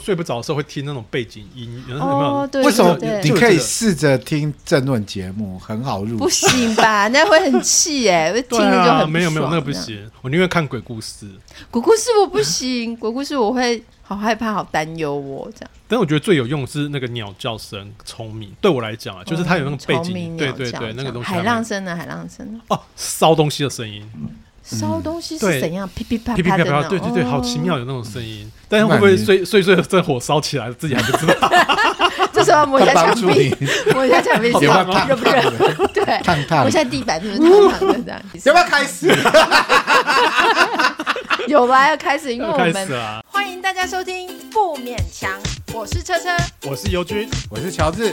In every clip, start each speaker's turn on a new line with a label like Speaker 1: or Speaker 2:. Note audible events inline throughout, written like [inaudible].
Speaker 1: 睡不着的时候会听那种背景音，有没有？
Speaker 2: 哦，对，
Speaker 3: 为什么
Speaker 2: 对
Speaker 3: 你
Speaker 2: 对
Speaker 3: 可以试着听政论节目，很好入
Speaker 2: 不行吧？那会很
Speaker 1: [laughs]
Speaker 2: 气哎，会听
Speaker 1: 对
Speaker 2: 着就
Speaker 1: 啊，
Speaker 2: 很
Speaker 1: 没有没有，
Speaker 2: 爽
Speaker 1: 那个不
Speaker 2: 这样。
Speaker 1: 行，我宁愿看鬼故事。
Speaker 2: 鬼故事我不行， [laughs] 鬼故事我会好害怕，好担忧哦，这样。
Speaker 1: 但我觉得最有用的是那个鸟叫声，虫鸣。对我来讲啊，就是它有那种背
Speaker 2: 嗯虫鸣
Speaker 1: 景，
Speaker 2: 哦鸟
Speaker 1: 对对
Speaker 2: 叫
Speaker 1: 对，那
Speaker 2: 这
Speaker 1: 个
Speaker 2: 样
Speaker 1: 东西还
Speaker 2: 海
Speaker 1: 蛮。
Speaker 2: 浪声呢？啊海浪声呢？
Speaker 1: 哦，烧东西的声音，
Speaker 2: 烧东西
Speaker 1: 嗯对
Speaker 2: 是怎样？噼噼啪
Speaker 1: 噼噼
Speaker 2: 啪
Speaker 1: 啪
Speaker 2: 哦的那
Speaker 1: 啪，
Speaker 2: 种。
Speaker 1: 对对对，好
Speaker 2: 哦
Speaker 1: 奇妙有那种声音。但是会不会
Speaker 3: 那你
Speaker 1: 睡睡睡这火烧起来，自己还
Speaker 2: [laughs]
Speaker 1: 不知道？
Speaker 2: 这时候要摸一下
Speaker 3: 他帮
Speaker 2: 墙
Speaker 3: 助
Speaker 2: 壁，摸一下墙壁，
Speaker 3: 有没有
Speaker 2: 烫热不热？对，
Speaker 3: 烫烫
Speaker 2: 摸一下地板，是不是烫烫的这样？
Speaker 1: [laughs]
Speaker 3: 要不要开始？
Speaker 2: 有吧？要开始，因为我
Speaker 1: 开始
Speaker 2: 们
Speaker 1: 啊！
Speaker 2: 欢迎大家收听《不勉强》，我是车车。
Speaker 1: 我是尤军，
Speaker 3: [laughs] 我是乔治，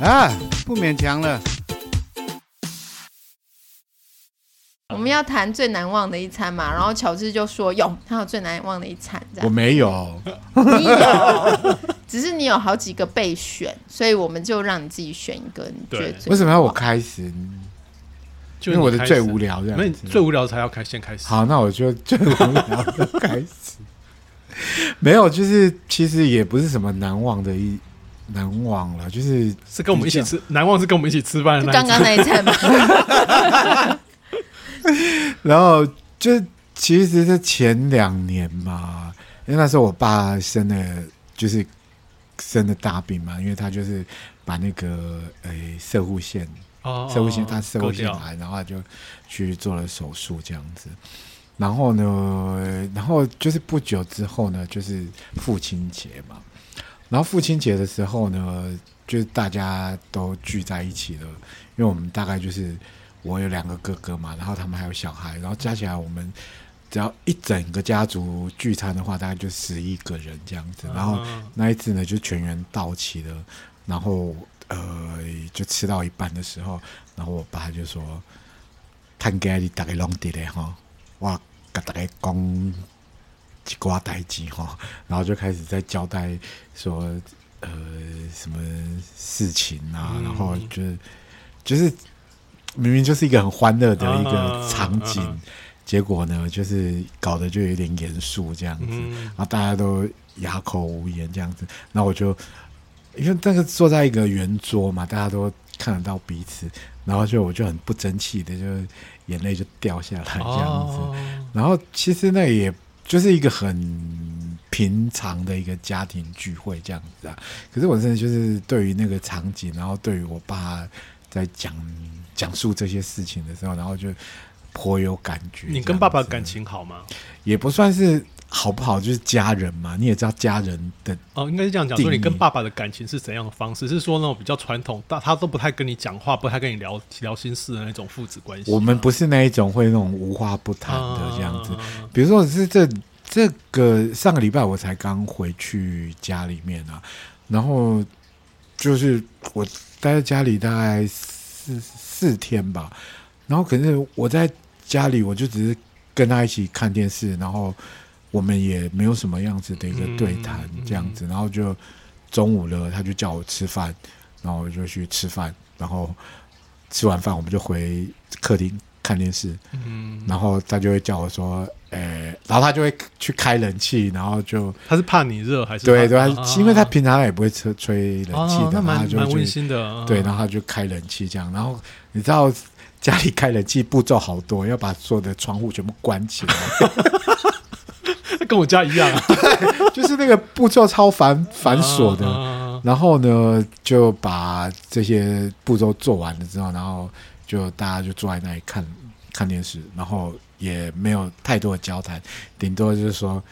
Speaker 3: 啊，不勉强了。
Speaker 2: 我们要谈最难忘的一餐嘛，然后乔治就说有，他有最难忘的一餐，这
Speaker 3: 我
Speaker 2: 样
Speaker 3: 没有，
Speaker 2: 你有，只是你有好几个备选，所以我们就让你自己选一个，你觉得
Speaker 1: 对
Speaker 2: 最
Speaker 3: 为什么要我开始？
Speaker 1: 就
Speaker 3: 因为我
Speaker 1: 你
Speaker 3: 的
Speaker 1: 开
Speaker 3: 最
Speaker 1: 始
Speaker 3: 无聊这
Speaker 1: 那
Speaker 3: 样
Speaker 1: 你
Speaker 3: 子。
Speaker 1: 最无聊的才要开先开始。
Speaker 3: 好，那我就最无聊的开
Speaker 2: [laughs]
Speaker 3: 始。没有，就是其实也不是什么难忘的一难忘了，就是
Speaker 1: 是跟我们一起吃，难忘是跟我们一起吃饭的
Speaker 2: 就
Speaker 1: 那
Speaker 2: 刚
Speaker 1: 一次。
Speaker 2: 刚那一
Speaker 3: [laughs]
Speaker 2: 餐嘛？
Speaker 3: 然后就其实是前两年嘛，因为那时候我爸生了，就是生了大病嘛，因为他就是把那个诶射护腺
Speaker 1: 哦
Speaker 3: 射护腺，他射护腺
Speaker 1: 割掉
Speaker 3: 癌，然后他就去做了手术这样子。然后呢，然后就是不久之后呢，就是父亲节嘛。然后父亲节的时候呢，就是大家都聚在一起了，因为我们大概就是我有两个哥哥嘛，然后他们还有小孩，然后加起来我们只要一整个家族聚餐的话，大概就十一个人这样子。然后
Speaker 1: 嗯
Speaker 3: 那一次呢，就全员到齐了，然后呃，就吃到一半的时候，然后我爸就说：“探家你大家拢伫咧吼，我甲大家讲一寡代志吼。”然后就开始在交代说，呃，什么事情啊，
Speaker 1: 嗯
Speaker 3: 然后就是就是明明就是一个很欢乐的一
Speaker 1: 啊
Speaker 3: 个场景，
Speaker 1: 啊啊
Speaker 3: 结果呢，就是搞得就有点严肃这样子，
Speaker 1: 嗯
Speaker 3: 然后大家都哑口无言这样子，然后我就因为那个坐在一个圆桌嘛，大家都看得到彼此，然后就我就很不争气的，就眼泪就掉下来这样子。
Speaker 1: 哦
Speaker 3: 然后其实那也就是一个很平常的一个家庭聚会这样子啊。可是我真的就是对于那个场景，然后对于我爸在讲讲述这些事情的时候，然后就颇有感觉。
Speaker 1: 你跟爸爸
Speaker 3: 这样
Speaker 1: 感
Speaker 3: 子
Speaker 1: 情好吗？
Speaker 3: 也不算是好不好，就是家人嘛。你也知道家人的
Speaker 1: 哦，应该是这样讲，说
Speaker 3: 定义
Speaker 1: 你跟爸爸的感情是怎样的方式？是说那种比较传统，但他都不太跟你讲话，不太跟你聊聊心事的那种父子关系吗。
Speaker 3: 我们不是那一种会那种无话不谈的这样子。
Speaker 1: 啊
Speaker 3: 比如说我是这这个上个礼拜我才刚回去家里面啊，然后就是我待在家里大概四四天吧，然后可是我在家里我就只是跟他一起看电视，然后我们也没有什么样子的一个对谈
Speaker 1: 嗯
Speaker 3: 这样子，然后就中午了他就叫我吃饭，然后我就去吃饭，然后吃完饭我们就回客厅看电视，
Speaker 1: 嗯，
Speaker 3: 然后他就会叫我说，呃、然后他就会去开冷气，然后就
Speaker 1: 他是怕你热还是怕？
Speaker 3: 对对，
Speaker 1: 啊
Speaker 3: 他因为他平常也不会吹吹冷气
Speaker 1: 哦，那
Speaker 3: 的，然后他
Speaker 1: 蛮蛮
Speaker 3: 就
Speaker 1: 温
Speaker 3: 去
Speaker 1: 馨的。啊
Speaker 3: 对，然后他就开冷气这样，然后你知道家里开冷气步骤好多，要把所有的窗户全部
Speaker 1: [laughs]
Speaker 3: 关起来，
Speaker 1: 那 [laughs] 跟我家一样啊，
Speaker 3: 就是那个步骤超繁繁琐的。
Speaker 1: 的。
Speaker 3: 然后呢，就把这些步骤做完了之后，然后就大家就坐在那里看看电视，然后也没有太多的交谈，顶多就是说，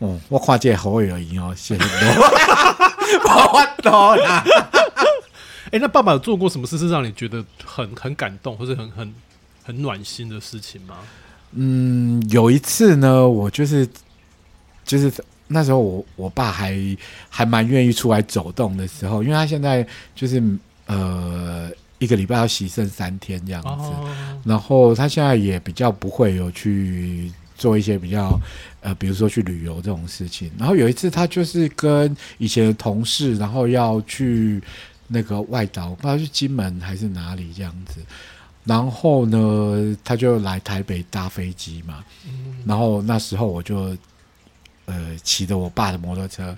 Speaker 3: 嗯，我跨界好友赢哦，
Speaker 1: [laughs]
Speaker 3: 谢谢你。我我懂啦。
Speaker 1: 哎，那爸爸有做过什么事是让你觉得很很感动，或者很很很暖心的事情吗？
Speaker 3: 嗯，有一次呢，我就是就是那时候我我爸还还蛮愿意出来走动的时候，因为他现在就是呃一个礼拜要洗肾三天这样子，
Speaker 1: 哦，
Speaker 3: 然后他现在也比较不会有去做一些比较呃，比如说去旅游这种事情。然后有一次他就是跟以前的同事，然后要去那个外岛，不知道去金门还是哪里这样子。然后呢，他就来台北搭飞机嘛。
Speaker 1: 嗯
Speaker 3: 然后那时候我就呃骑着我爸的摩托车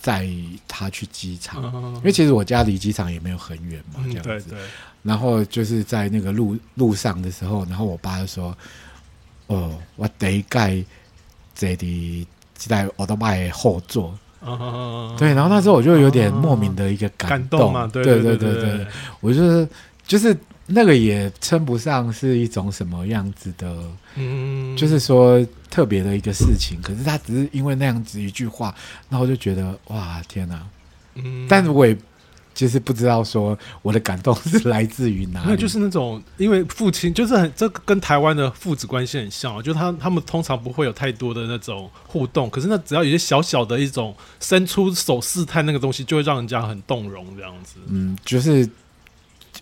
Speaker 3: 载他去机场，
Speaker 1: 嗯
Speaker 3: 因为其实我家离机场也没有很远嘛，
Speaker 1: 嗯
Speaker 3: 这样子。
Speaker 1: 对对，
Speaker 3: 然后就是在那个路路上的时候，然后我爸就说：“哦，我第一盖坐的这台奥特曼的后座。
Speaker 1: 啊
Speaker 3: 对，然后那时候我就有点莫名的一个感
Speaker 1: 感动嘛，
Speaker 3: 对
Speaker 1: 对
Speaker 3: 对
Speaker 1: 对
Speaker 3: 对，我就是就是那个也称不上是一种什么样子的，
Speaker 1: 嗯，
Speaker 3: 就是说特别的一个事情。可是他只是因为那样子一句话，然后我就觉得哇，天哪！
Speaker 1: 嗯，
Speaker 3: 但是我也就是不知道说我的感动是来自于哪
Speaker 1: 没
Speaker 3: 里，
Speaker 1: 有，就是那种，因为父亲就是很，这个跟台湾的父子关系很像、哦，就是他他们通常不会有太多的那种互动，可是那只要有一些小小的一种伸出手试探那个东西，就会让人家很动容这样子。
Speaker 3: 嗯，就是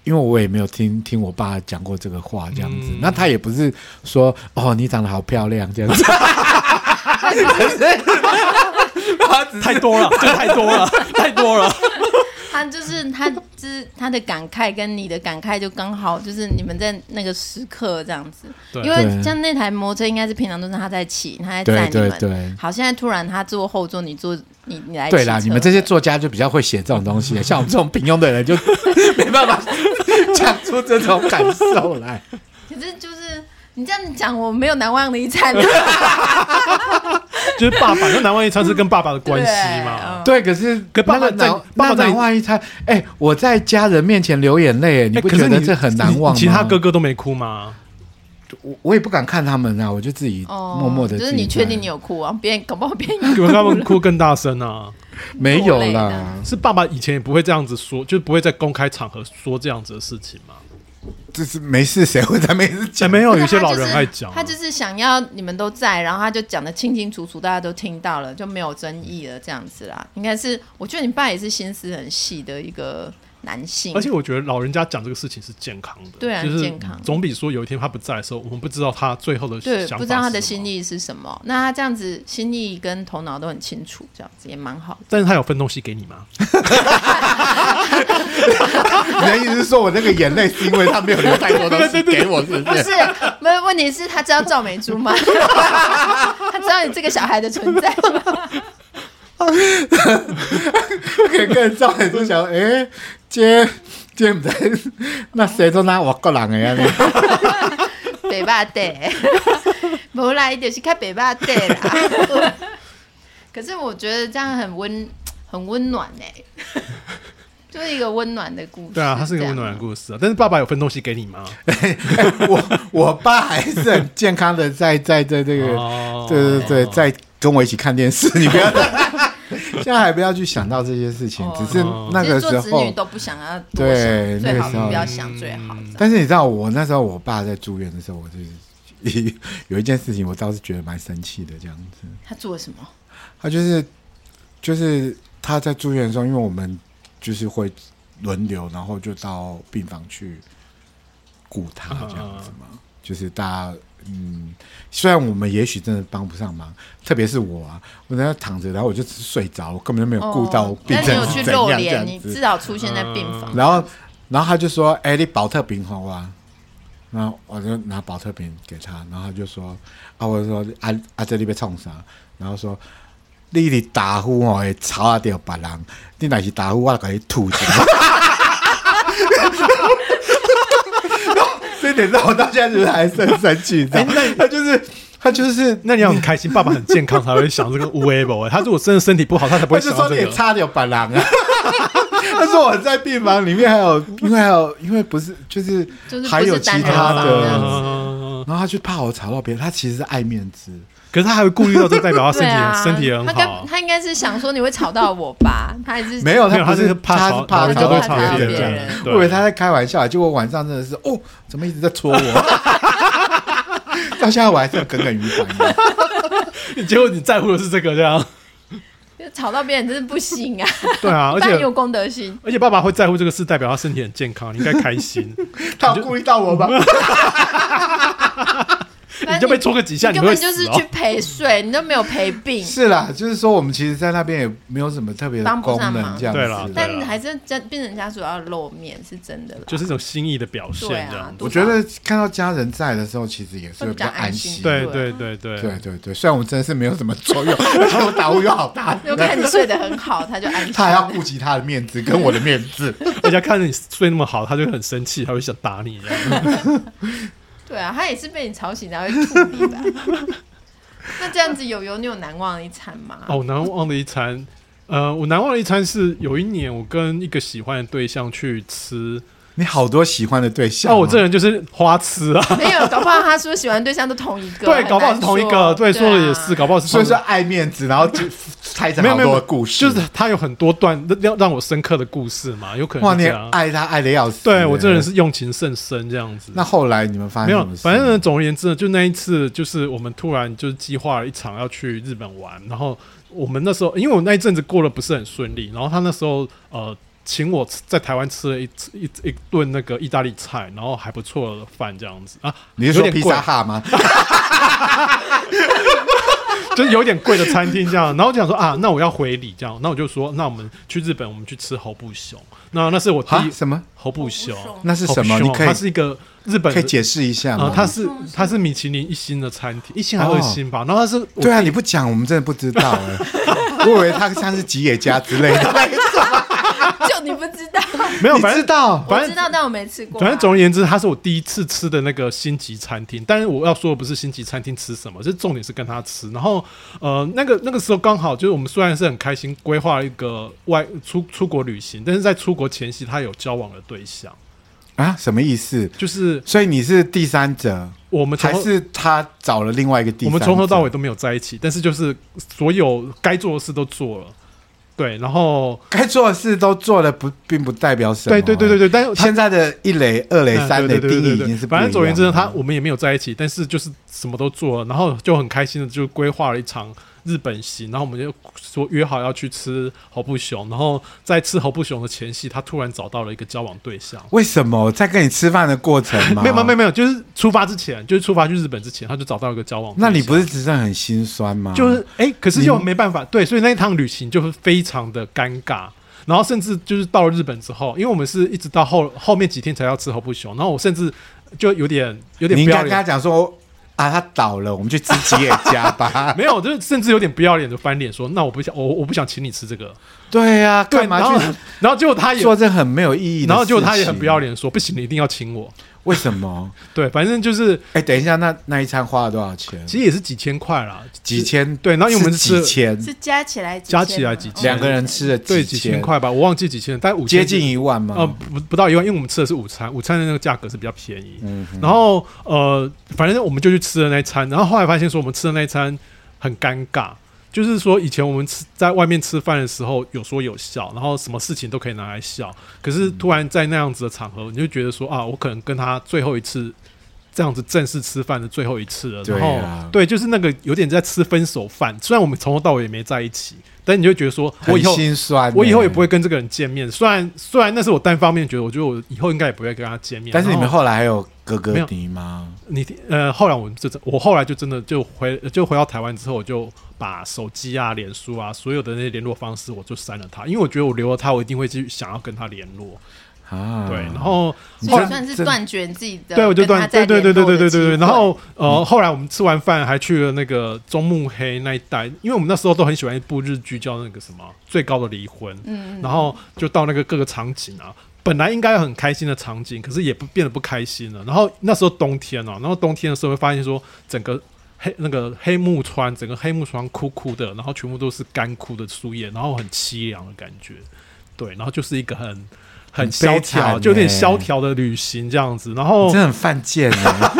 Speaker 3: 因为我也没有听听我爸讲过这个话，这样子。
Speaker 1: 嗯
Speaker 3: 那他也不是说哦，你长得好漂亮这样子，
Speaker 1: [laughs] 太多了，这太多了，太多了。
Speaker 2: 他就是他，就是他的感慨跟你的感慨就刚好，就是你们在那个时刻这样子。
Speaker 1: 对
Speaker 2: 因为
Speaker 3: 对
Speaker 2: 像那台摩托车，应该是平常都是他在骑，他在载
Speaker 3: 对
Speaker 2: 你
Speaker 3: 对
Speaker 2: 们。
Speaker 3: 对。
Speaker 2: 好，现在突然他坐后座，你坐你你来骑车。
Speaker 3: [laughs] [laughs] 对啦，你们这些作家就比较会写这种东西，像我们这种平庸的 [laughs] 人就没办法讲出这种感受来。
Speaker 2: 可是就是你这样讲，我没有难忘的一餐。 [laughs]
Speaker 1: 就是爸爸，就南湾一餐是跟爸爸的关系嘛。
Speaker 2: 对
Speaker 3: [laughs] 对，嗯可是
Speaker 1: 可爸爸
Speaker 3: 那个
Speaker 1: 在
Speaker 3: 难
Speaker 1: 爸爸
Speaker 3: 那
Speaker 1: 在
Speaker 3: 难忘一餐。哎、我在家人面前流眼泪，你
Speaker 1: 哎
Speaker 3: 不
Speaker 1: 可
Speaker 3: 觉
Speaker 1: 是
Speaker 3: 得这很难忘吗？
Speaker 1: 你其他哥哥都没哭吗？
Speaker 3: 我我也不敢看他们啊，我就自己
Speaker 2: 哦，
Speaker 3: 默默的。
Speaker 2: 就是你确定你有哭啊？别人搞不好别人有
Speaker 3: [laughs]
Speaker 1: 有他们哭更大声啊！
Speaker 3: 没有
Speaker 2: 落泪
Speaker 3: 啦
Speaker 2: 的？
Speaker 1: 是爸爸以前也不会这样子说，就是不会在公开场合说这样子的事情嘛。
Speaker 3: 就是没事，谁会在没事
Speaker 1: 哎，
Speaker 3: 讲？
Speaker 1: 没有，有
Speaker 2: 可是
Speaker 1: 些
Speaker 2: 他
Speaker 1: 老
Speaker 2: 就是
Speaker 1: 人爱讲啊，
Speaker 2: 他就是想要你们都在，然后他就讲的清清楚楚，大家都听到了，就没有争议了，这样子啦。应该是，我觉得你爸也是心思很细的一个男性，
Speaker 1: 而且我觉得老人家讲这个事情是健康的，
Speaker 2: 嗯对啊
Speaker 1: 就是
Speaker 2: 健康
Speaker 1: 总比说有一天他不在的时候，我们不知道他最后的
Speaker 2: 对，
Speaker 1: 想法
Speaker 2: 不知道他的
Speaker 1: 是什么
Speaker 2: 心。意是什么。那他这样子心意跟头脑都很清楚，这样子也蛮好的。
Speaker 1: 但是他有分东西给你
Speaker 2: [laughs]
Speaker 1: 吗？
Speaker 3: [laughs] 你的意思是说我那个眼泪是因为他没有留太多东西给我，是不
Speaker 2: 不是？， [laughs] 没有问题是他知道赵美珠吗？ [laughs] 他知道你这个小孩的存在吗？
Speaker 3: 可跟赵磊就想，哎、今天今天不在，那谁都拿我个人的 [laughs] 呀？
Speaker 2: 北霸地，无啦，伊就是较北霸地啦。 [laughs] 可是我觉得这样很温，很温暖呢、就是一个温暖的故事。
Speaker 1: 对啊，他是一个温暖的故事啊。但是爸爸有分东西给你吗？
Speaker 3: 我我爸还是很健康的在，在在这个，
Speaker 1: 哦
Speaker 3: 对对对，在跟我一起看电视，你不要。 [laughs] 现在还不要去想到这些事情，只是那
Speaker 2: 其实
Speaker 3: 个
Speaker 2: 做
Speaker 3: 时
Speaker 2: 子女
Speaker 3: 候。
Speaker 2: 都不想要多想，
Speaker 3: 对那
Speaker 2: 最
Speaker 3: 个
Speaker 2: 好
Speaker 3: 时
Speaker 2: 你
Speaker 3: 候
Speaker 2: 不要想最好。
Speaker 1: 嗯
Speaker 2: 这样
Speaker 3: 但是你知道，我那时候我爸在住院的时候，我就是 [laughs] 有一件事情，我倒是觉得蛮生气的，这样子。
Speaker 2: 他做了什么？
Speaker 3: 他啊就是就是他在住院的时候，因为我们就是会轮流，然后就到病房去顾他这样子嘛，就是大家。嗯，虽然我们也许真的帮不上忙，特别是我啊，我在那躺着，然后我就只是睡着，我根本就没有顾到
Speaker 2: 哦
Speaker 3: 病
Speaker 2: 但
Speaker 3: 人
Speaker 2: 你有
Speaker 3: 是
Speaker 2: 去
Speaker 3: 怎
Speaker 2: 露
Speaker 3: 样这
Speaker 2: 脸，
Speaker 3: 样
Speaker 2: 你至
Speaker 3: 子。
Speaker 2: 少出现在病房。
Speaker 3: 然后，然后他就说：“哎、你保特瓶好啊。”然后我就拿保特瓶给他，然后他就说：“啊，我就说啊啊，这里被冲啥？”然后说：“你的打呼哦，会吵啊掉别人，你若是打呼，我就给你吐出来。” [laughs] 这点让我到现在就是还是很生气，你知道？他就是他就是
Speaker 1: 那你要很开心，爸爸很健康才会想这个 w e b 他如果真的身体不好，他才不
Speaker 3: 我
Speaker 1: 会
Speaker 3: 就
Speaker 1: 想
Speaker 3: 说
Speaker 1: 到
Speaker 3: 你
Speaker 1: 这
Speaker 3: 也
Speaker 1: 个。
Speaker 3: 差点把狼啊。 [laughs] 他说我在病房里面还有，因为还有，因为不是就是
Speaker 2: 就是不是
Speaker 3: 还有其
Speaker 2: 单人
Speaker 3: 他
Speaker 2: 房这样
Speaker 3: 的，
Speaker 2: 子
Speaker 1: 嗯
Speaker 3: 然后他他就怕我吵到别人，他其实是爱面子。
Speaker 1: 可是他还会顾虑到，这代表嗯他身
Speaker 2: 对
Speaker 1: 体、
Speaker 2: 啊，
Speaker 1: 身体很
Speaker 2: 他
Speaker 1: 好
Speaker 2: 该。他应该是想说你会吵到我吧？他还是
Speaker 3: 没有，
Speaker 1: 没有，
Speaker 3: 不
Speaker 1: 他
Speaker 3: 是
Speaker 1: 是怕
Speaker 3: 他
Speaker 1: 吵，
Speaker 3: 是怕
Speaker 1: 人
Speaker 2: 吵
Speaker 1: 家都
Speaker 2: 到
Speaker 1: 会吵
Speaker 2: 他
Speaker 1: 别
Speaker 2: 别
Speaker 1: 这
Speaker 2: 人
Speaker 1: 样。
Speaker 3: 我
Speaker 1: 对
Speaker 3: 以为他在开玩笑，结果晚上真的是哦，怎么一直在戳我？啊 [laughs] 到现在我还是耿耿于怀。
Speaker 1: 结果你在乎的是这个这
Speaker 3: [laughs]
Speaker 1: 样。
Speaker 2: [laughs] 吵到别人真是不行啊，
Speaker 1: 对啊，而
Speaker 2: 但很有
Speaker 1: 且
Speaker 2: 公德心。
Speaker 1: 而且爸爸会在乎这个事，代表他身体很健康，你应该开
Speaker 2: [laughs]
Speaker 1: 心。
Speaker 3: 他有故意到
Speaker 1: [laughs]
Speaker 3: 我吗？
Speaker 2: 反
Speaker 1: 你就
Speaker 2: 正
Speaker 1: 被戳个几下，
Speaker 2: 你
Speaker 1: 你
Speaker 2: 根
Speaker 1: 会
Speaker 2: 本就
Speaker 1: 死
Speaker 2: 是
Speaker 1: 哦
Speaker 2: 去。陪睡，你都没有陪病，
Speaker 3: 是啦，就是说我们其实，在那边也没有什么特别的
Speaker 2: 帮不
Speaker 3: 功
Speaker 2: 上
Speaker 3: 能，
Speaker 2: 忙
Speaker 3: 这样
Speaker 1: 对啦
Speaker 3: 子。
Speaker 2: 但还是真变成家属要露面是真的啦。
Speaker 1: 就是一种心意的表现，
Speaker 2: 对
Speaker 1: 这
Speaker 2: 啊
Speaker 1: 样，。
Speaker 3: 我觉得看到家人在的时候，其实也是
Speaker 2: 会比较
Speaker 3: 较安
Speaker 2: 安心
Speaker 1: 对
Speaker 2: 对啊
Speaker 1: 对对对
Speaker 3: 对对对，虽然我真的是没有什么
Speaker 1: [laughs]
Speaker 3: 作用，而且我打呼又好大
Speaker 2: 又看你睡得很好，他就
Speaker 1: [laughs]
Speaker 2: 安心。
Speaker 3: 他还要顾及他的面子跟我的面子。
Speaker 1: 人家看着你睡那么好，他就很生气，他会想打你这
Speaker 3: [laughs]
Speaker 1: 样。
Speaker 2: 对啊，他也是被你吵醒，然后会吐你吧？ [laughs] 那这样子，友友，你有难忘的一餐吗？
Speaker 1: 哦，我难忘的一餐，呃，我难忘的一餐是有一年我跟一个喜欢的对象去吃，
Speaker 3: 你好多喜欢的对象
Speaker 1: 像
Speaker 3: 哦，
Speaker 1: 我这人就是花痴啊，
Speaker 2: 没有，搞不好他说喜欢对象都同一个，
Speaker 1: 对
Speaker 2: 很，难
Speaker 1: 搞不好是同一个，
Speaker 2: 说
Speaker 1: 对，说的也
Speaker 2: 啊
Speaker 1: 是，搞不好是
Speaker 3: 所
Speaker 1: 同
Speaker 3: 以
Speaker 1: 一
Speaker 3: 说
Speaker 1: 个。
Speaker 3: 爱面子，然后就猜着
Speaker 1: 没
Speaker 3: 好
Speaker 1: 有没
Speaker 3: 多
Speaker 1: 有
Speaker 3: 的故事，
Speaker 1: 就是他有很多段让让我深刻的故事嘛，有可
Speaker 3: 哇，
Speaker 1: 能是
Speaker 3: 你
Speaker 1: 这样。
Speaker 3: 爱他爱的要死。
Speaker 1: 对我这人是用情甚深这样子。
Speaker 3: 那后来你们发
Speaker 1: 没
Speaker 3: 现
Speaker 1: 有
Speaker 3: 什么，事
Speaker 1: 反正呢，总而言之呢，就那一次，就是我们突然就是计划了一场要去日本玩，然后我们那时候，因为我那一阵子过得不是很顺利，然后他那时候呃，请我吃在台湾吃了一次一一顿那个意大利菜，然后还不错的饭这样子啊，
Speaker 3: 你是说
Speaker 1: 有
Speaker 3: 披
Speaker 1: 点贵
Speaker 3: 萨哈吗？
Speaker 1: 就是有点贵的餐厅这样，然后我就想说啊，那我要回礼这样，那我就说，那我们去日本，我们去吃猴不熊，那那是我第
Speaker 3: 啊
Speaker 1: 一，
Speaker 3: 什么？
Speaker 1: 猴不熊，
Speaker 3: 那是
Speaker 1: 猴不
Speaker 3: 什么？你
Speaker 1: 熊
Speaker 3: 可
Speaker 1: 它
Speaker 3: 以
Speaker 1: 哦是一个日本的
Speaker 3: 可以解释一下
Speaker 1: 啊
Speaker 3: 吗？，
Speaker 1: 它是它是米其林一星的餐厅，一星还二星吧？然后它是我
Speaker 3: 哦对啊，你不讲我们真的不知
Speaker 1: [laughs]
Speaker 3: 道哎，我以为他像是吉野家之类的，
Speaker 2: 就你不知道，
Speaker 1: 没有，
Speaker 3: 你
Speaker 1: 反
Speaker 3: 知
Speaker 1: 正
Speaker 3: 道？啊
Speaker 2: 我
Speaker 1: [laughs] 反
Speaker 2: 知
Speaker 1: 正
Speaker 2: 道，但我没吃过啊。
Speaker 1: 反正总而言之，它是我第一次吃的那个星级餐厅。但是我要说的不是星级餐厅吃什么，就是重点是跟他吃。然后呃，那个那个时候刚好就是我们虽然是很开心规划一个外出出国旅行，但是在出国前夕他有交往的对象，
Speaker 3: 啊，什么意思？
Speaker 1: 就是
Speaker 3: 所以你是第三者，
Speaker 1: 我们从
Speaker 3: 还
Speaker 1: 头
Speaker 3: 是他找了另外一个第
Speaker 1: 我
Speaker 3: 三者？
Speaker 1: 们从头到尾都没有在一起，但是就是所有该做的事都做了。对，然后
Speaker 3: 该做的事都做了，不并不代表什么。
Speaker 1: 对对对对
Speaker 3: 对，
Speaker 1: 对，但是他
Speaker 3: 现在的一垒、二垒、
Speaker 1: 嗯
Speaker 3: 哎三垒
Speaker 1: 对对对
Speaker 3: 定义
Speaker 1: 对
Speaker 3: 已
Speaker 1: 对
Speaker 3: 经是不一
Speaker 1: 反正
Speaker 3: 样了
Speaker 1: 总而言之呢，他我们也没有在一起，但是就是什么都做了，然后就很开心的就规划了一场日本行，然后我们就说约好要去吃猴不熊，然后在吃猴不熊的前夕，他突然找到了一个交往对象。
Speaker 3: 为什么在跟你吃饭的过程吗？
Speaker 1: 没有没有没
Speaker 3: 有。
Speaker 1: 有没有，就是出发之前，就是出发去日本之前，他就找到一个交往对象。嗯
Speaker 3: 那你不是只是很心酸吗？
Speaker 1: 就是哎、可是又
Speaker 3: 你
Speaker 1: 没办法，对，所以那一趟旅行就是非常的尴尬。然后甚至就是到了日本之后，因为我们是一直到后后面几天才要吃猴不熊，然后我甚至就有点有点
Speaker 3: 你应
Speaker 1: 不
Speaker 3: 该
Speaker 1: 要
Speaker 3: 跟他
Speaker 1: 脸，
Speaker 3: 讲说啊，他倒了，我们去吃吉野家
Speaker 1: [laughs]
Speaker 3: 吧。
Speaker 1: 没有，就是甚至有点不要脸的翻脸说，那我不想我我不想请你吃这个，
Speaker 3: 对呀、啊，干
Speaker 1: 对，
Speaker 3: 嘛
Speaker 1: 然后
Speaker 3: 去
Speaker 1: 然后结果他也，
Speaker 3: 做这很没有意义的事情？
Speaker 1: 然后结果他也很不要脸说，不行，你一定要请我，
Speaker 3: 为
Speaker 1: [laughs]
Speaker 3: 什么？
Speaker 1: 对，反正就是
Speaker 3: 哎、等一下，那那一餐花了多少钱？
Speaker 1: 其实也是几千块啦，
Speaker 3: 几千？
Speaker 1: 对然后因为我们
Speaker 3: 是
Speaker 1: 是
Speaker 3: 几千，
Speaker 2: 是加起来几千
Speaker 1: 加
Speaker 2: 吗哦
Speaker 1: 起来几千
Speaker 3: 两个人吃了
Speaker 1: 对几千，块吧，我忘记几千，大概五千
Speaker 3: 接近一万吗？
Speaker 1: 呃，不不到一万，因为我们吃的是午餐，午餐的那个价格是比较便宜。
Speaker 3: 嗯
Speaker 1: 然后呃，反正我们就去吃了那一餐，然后后来发现说我们吃的那一餐很尴尬，就是说以前我们吃在外面吃饭的时候有说有笑，然后什么事情都可以拿来笑，可是
Speaker 3: 嗯
Speaker 1: 突然在那样子的场合，你就觉得说啊，我可能跟他最后一次。这样子正式吃饭的最后一次了，然后
Speaker 3: 对啊
Speaker 1: 对，就是那个有点在吃分手饭。虽然我们从头到尾也没在一起，但你就会觉得说，我
Speaker 3: 很
Speaker 1: 以后
Speaker 3: 心酸、欸
Speaker 1: 我以后也不会。跟这个人见面。虽然虽然那是我单方面觉得，我觉得我以后应该也不会跟他见面。
Speaker 3: 但是你们
Speaker 1: 然
Speaker 3: 后来还有哥哥
Speaker 1: 没有
Speaker 3: 迪吗？
Speaker 1: 你呃，后来我就真我后来就真的就回就回到台湾之后，我就把手机啊、脸书啊所有的那些联络方式，我就删了他，因为我觉得我留了他，我一定会继续想要跟他联络。
Speaker 3: 啊，
Speaker 1: 对，然后
Speaker 3: 你
Speaker 1: 后
Speaker 2: 所以
Speaker 1: 来
Speaker 2: 算是
Speaker 3: 这
Speaker 2: 断绝自己的，
Speaker 1: 对，我就断，对对对对对对对对。然后呃，后来我们吃完饭还去了那个中目黑那一带，因为我们那时候都很喜欢一部日剧叫那个什么《最高的离婚》，嗯，然后就到那个各个场景啊。本来应该很开心的场景，可是也不变得不开心了。然后那时候冬天啊，然后冬天的时候会发现说，整个黑那个黑木川，整个黑木川枯枯的，然后全部都是干枯的树叶，然后很凄凉的感觉。对，然后就是一个很
Speaker 3: 很
Speaker 1: 很
Speaker 3: 悲
Speaker 1: 萧
Speaker 3: 惨
Speaker 1: 条，就有点
Speaker 3: 欸
Speaker 1: 哦萧条的旅行这样子。然后 [laughs]
Speaker 3: 你真的很犯贱啊！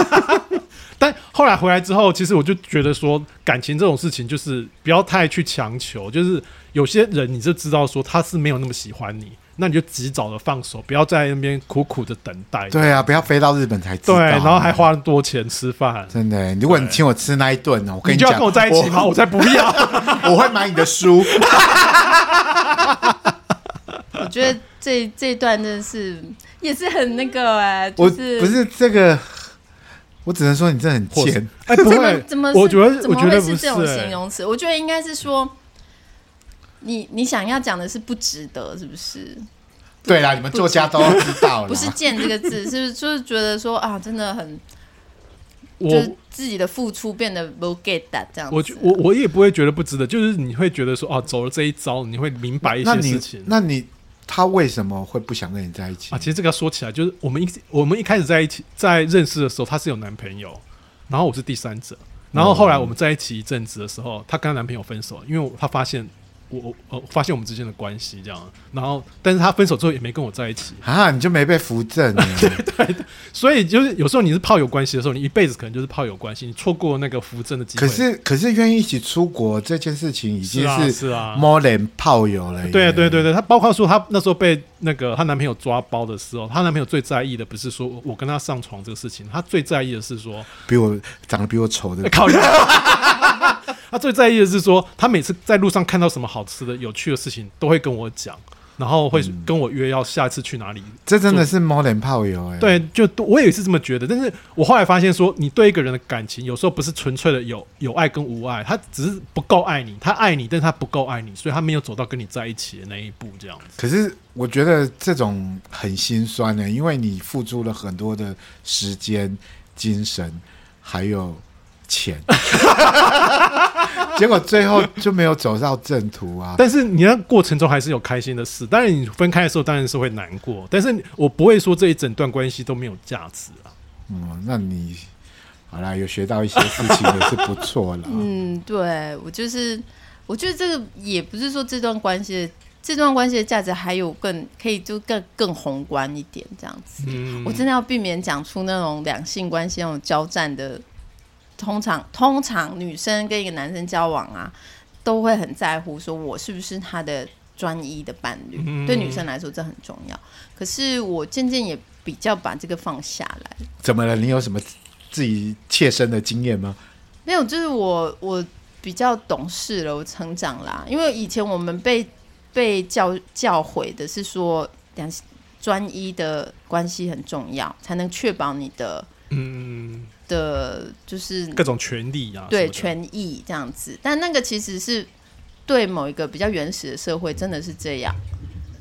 Speaker 1: 但后来回来之后，其实我就觉得说，感情这种事情就是不要太去强求，就是有些人你就知道说他是没有那么喜欢你，那你就及早的放手，不要在那边苦苦的等待。
Speaker 3: 对啊，不要飞到日本才知道。
Speaker 1: 对，然后还花了多钱吃饭，
Speaker 3: 真的欸，如果你
Speaker 1: 对
Speaker 3: 请我吃那一顿呢，我跟
Speaker 1: 你就
Speaker 3: 讲，
Speaker 1: 要跟我在一起吗？我才不
Speaker 3: [laughs]
Speaker 1: 要！
Speaker 3: 我？我会买你的书。
Speaker 2: 我觉得这这一段真的是也是很那个哎、
Speaker 3: 我
Speaker 2: 就是
Speaker 3: 不是这个，我只能说你这很贱。
Speaker 1: [laughs] 哎，不
Speaker 2: 怎么
Speaker 1: 会，
Speaker 2: 怎么是
Speaker 1: 我觉得
Speaker 2: 怎
Speaker 1: 我
Speaker 2: 么
Speaker 1: 觉
Speaker 2: 会
Speaker 1: 得不
Speaker 2: 是这种哦
Speaker 1: 哎
Speaker 2: 形容词？我觉得应该是说，你你想要讲的是不值得，是不是？
Speaker 3: 对啦，你们作家都知道了。
Speaker 2: 不是“贱”这个字，
Speaker 1: [laughs]
Speaker 2: 是不是就是觉得说啊，真的很就
Speaker 1: 我
Speaker 2: 是自己的付出变得不 get that 这样子。
Speaker 1: 哎我觉我我也不会觉得不值得，就是你会觉得说哦，走了这一招，你会明白一
Speaker 3: 那
Speaker 1: 些事
Speaker 3: 你
Speaker 1: 情。
Speaker 3: 那你他为什么会不想跟你在一起
Speaker 1: 啊，？其实这个说起来，就是我们一我们一开始在一起在认识的时候，她是有男朋友，然后我是第三者，然后后来我们在一起一阵子的时候，她跟她男朋友分手，因为她发现我我呃发现我们之间的关系这样，然后但是她分手之后也没跟我在一起，
Speaker 3: 啊，你就没被扶
Speaker 1: [laughs]
Speaker 3: 正欸
Speaker 1: 所以就是有时候你是炮友关系的时候，你一辈子可能就是炮友关系，你错过那个扶正的机会。
Speaker 3: 可是可是愿意一起出国这件事情已经
Speaker 1: 是啊是啊
Speaker 3: more than 炮友了耶。
Speaker 1: 对对对对，她包括说她那时候被那个她男朋友抓包的时候，她男朋友最在意的不是说我我跟她上床这个事情，她最在意的是说
Speaker 3: 比我长得比我丑的
Speaker 1: [laughs] 欸、，靠！他最在意的是说，他每次在路上看到什么好吃的、有趣的事情，都会跟我讲，然后会跟我约要下次去哪里。
Speaker 3: 这真的是 more than 炮友哎。
Speaker 1: 对，就我也是这么觉得。但是我后来发现说，你对一个人的感情，有时候不是纯粹的有有爱跟无爱，他只是不够爱你，他爱你，但是他不够爱你，所以他没有走到跟你在一起的那一步，这样子。
Speaker 3: 可是我觉得这种很心酸的，因为你付出了很多的时间、精神，还有钱， [laughs] 结果最后就没有走到正途啊。
Speaker 1: 但是你那过程中还是有开心的事，当然你分开的时候当然是会难过，但是我不会说这一整段关系都没有价值啊。
Speaker 3: 嗯，那你好啦，有学到一些事情也是不
Speaker 1: [laughs]
Speaker 3: 错啦。
Speaker 2: 嗯，对我就是，我觉得这个也不是说这段关系的这段关系的价值还有更可以就更更宏观一点这样子。
Speaker 1: 嗯，
Speaker 2: 我真的要避免讲出那种两性关系那种交战的，通常通常女生跟一个男生交往啊，都会很在乎说我是不是他的专一的伴侣，
Speaker 1: 嗯
Speaker 2: 对女生来说这很重要。可是我渐渐也比较把这个放下来。
Speaker 3: 怎么了？你有什么自己切身的经验吗？
Speaker 2: 没有，就是我我比较懂事了，我成长啦。因为以前我们被被教教诲的是说，两专一的关系很重要，才能确保你的
Speaker 1: 嗯。
Speaker 2: 的，就是
Speaker 1: 各种权利啊，
Speaker 2: 对
Speaker 1: 什么的
Speaker 2: 权益这样子。但那个其实是对某一个比较原始的社会，真的是这样。